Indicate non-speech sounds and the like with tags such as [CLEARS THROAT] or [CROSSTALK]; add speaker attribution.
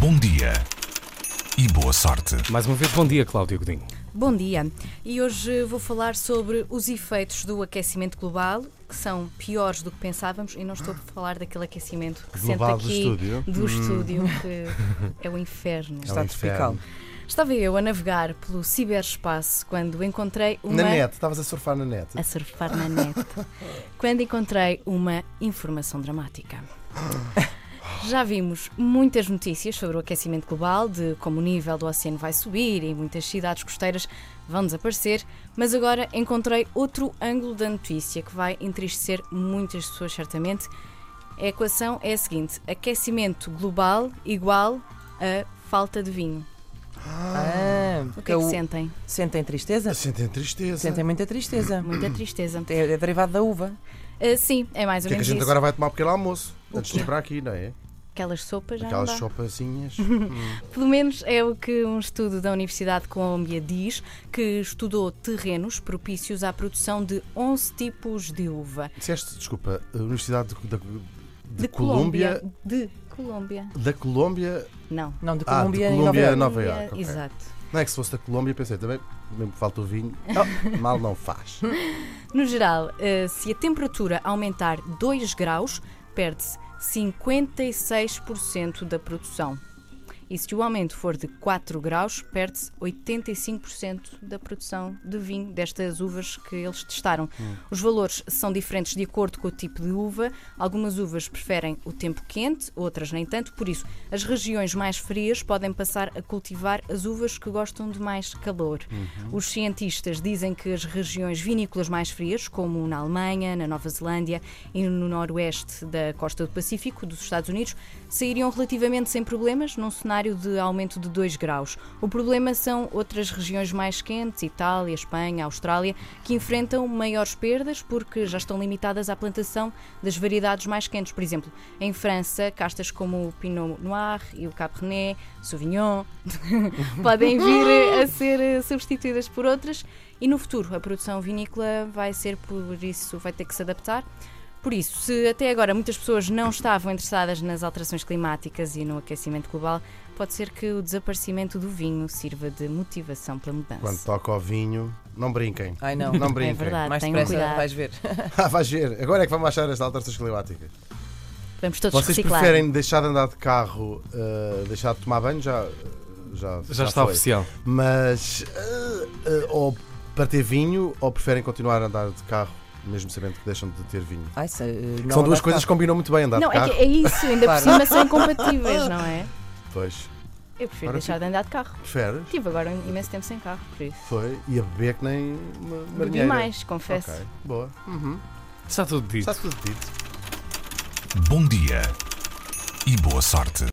Speaker 1: Bom dia e boa sorte.
Speaker 2: Mais uma vez, bom dia, Cláudio Godinho.
Speaker 3: Bom dia, e hoje vou falar sobre os efeitos do aquecimento global, que são piores do que pensávamos, e não estou a falar daquele aquecimento que
Speaker 4: Global do
Speaker 3: sente aqui
Speaker 4: estúdio? Hum.
Speaker 3: do
Speaker 4: [LAUGHS]
Speaker 3: estúdio, que é o inferno.
Speaker 4: É um
Speaker 5: Estado tropical.
Speaker 4: inferno.
Speaker 3: Estava eu a navegar pelo ciberespaço quando encontrei uma. Ah.
Speaker 4: Na net, estavas a surfar na net.
Speaker 3: A surfar na net. quando encontrei uma informação dramática. Já vimos muitas notícias sobre o aquecimento global, de como o nível do oceano vai subir e muitas cidades costeiras vão desaparecer, mas agora encontrei outro ângulo da notícia que vai entristecer muitas pessoas, certamente. A equação é a seguinte: aquecimento global igual a falta de vinho.
Speaker 5: Ah,
Speaker 3: O que é que
Speaker 4: [CLEARS THROAT]
Speaker 3: sentem?
Speaker 5: Sentem tristeza?
Speaker 4: Sentem tristeza.
Speaker 5: Sentem muita tristeza.
Speaker 3: Muita tristeza.
Speaker 5: É, é derivado da uva.
Speaker 3: Ah, sim, é mais ou
Speaker 4: O que é que a
Speaker 3: menos
Speaker 4: gente
Speaker 3: isso.
Speaker 4: agora vai tomar um pequeno almoço? Antes de ir para aqui, não é?
Speaker 3: Aquelas sopas já
Speaker 4: Aquelas
Speaker 3: não dá. [LAUGHS] Uhum.
Speaker 4: sopazinhas.
Speaker 3: Pelo menos é o que um estudo da Universidade de Colômbia diz, que estudou terrenos propícios à produção de 11 tipos de uva.
Speaker 4: Disseste, desculpa, a Universidade de, da- de
Speaker 3: De
Speaker 4: Colômbia.
Speaker 3: De Colômbia.
Speaker 4: Da Colômbia.
Speaker 3: Não.
Speaker 5: Não, de
Speaker 4: Ah, de
Speaker 5: Colômbia em Nova
Speaker 4: Colômbia
Speaker 5: Iorque.
Speaker 4: a Nova Iorque, ok.
Speaker 3: Exato.
Speaker 4: Não é que se fosse da Colômbia, pensei também, mesmo que falta o vinho, Oh, [LAUGHS] mal não faz.
Speaker 3: No geral, eh, se a temperatura aumentar 2 graus, perde-se 56% da produção. E se o aumento for de 4 graus, perde-se 85% da produção de vinho destas uvas que eles testaram. Os valores são diferentes de acordo com o tipo de uva. Algumas uvas preferem o tempo quente, outras nem tanto. Por isso, as regiões mais frias podem passar a cultivar as uvas que gostam de mais calor. Os cientistas dizem que as regiões vinícolas mais frias, como na Alemanha, na Nova Zelândia e no noroeste da costa do Pacífico, dos Estados Unidos, sairiam relativamente sem problemas num cenário de aumento de 2 graus. O problema são outras regiões mais quentes, Itália, Espanha, Austrália, que enfrentam maiores perdas porque já estão limitadas à plantação das variedades mais quentes. Por exemplo, em França, castas como o Pinot Noir e o Cabernet, Sauvignon, podem vir eh, [LAUGHS] a ser eh, substituídas por outras e no futuro a produção vinícola vai ser por isso vai ter que se adaptar. Por isso, se até agora muitas pessoas não estavam interessadas nas alterações climáticas e no aquecimento global, pode ser que o desaparecimento do vinho sirva de motivação pela mudança. [LAUGHS]
Speaker 4: Quando toca ao vinho, não brinquem.
Speaker 5: Ai não.
Speaker 4: Não
Speaker 3: é
Speaker 4: brinquem.
Speaker 3: verdade,
Speaker 5: Mais
Speaker 3: tenham
Speaker 5: depressa
Speaker 3: cuidado.
Speaker 5: vais ver.
Speaker 4: [LAUGHS] ah, vais ver, agora é que vamos achar as alterações climáticas.
Speaker 3: Vamos todos
Speaker 4: Vocês
Speaker 3: reciclar.
Speaker 4: preferem deixar de andar de carro, eh, deixar de tomar banho? Já, eh, já,
Speaker 2: Já está
Speaker 4: foi.
Speaker 2: oficial.
Speaker 4: Mas eh, eh, ou para ter vinho ou preferem continuar a andar de carro, mesmo sabendo que deixam de ter vinho?
Speaker 5: Ai, se, eh,
Speaker 4: Que
Speaker 5: não
Speaker 4: São duas
Speaker 5: dá
Speaker 4: coisas que
Speaker 5: cá.
Speaker 4: combinam muito bem andar
Speaker 3: Não,
Speaker 4: de
Speaker 3: é
Speaker 4: carro.
Speaker 3: que é isso, ainda
Speaker 5: Claro.
Speaker 3: por cima são compatíveis, não
Speaker 4: [LAUGHS]
Speaker 3: é?
Speaker 4: Pois,
Speaker 3: Eu prefiro
Speaker 4: Ora,
Speaker 3: deixar de andar de carro.
Speaker 4: preferes?
Speaker 3: Tive agora um imenso tempo sem carro, por isso.
Speaker 4: Foi. E a beber que nem uma
Speaker 3: Bebi
Speaker 4: marinheira.
Speaker 3: mais, confesso.
Speaker 4: Ok, boa. Uhum.
Speaker 2: Está tudo dito.
Speaker 4: Está tudo dito.
Speaker 1: Bom dia e boa sorte.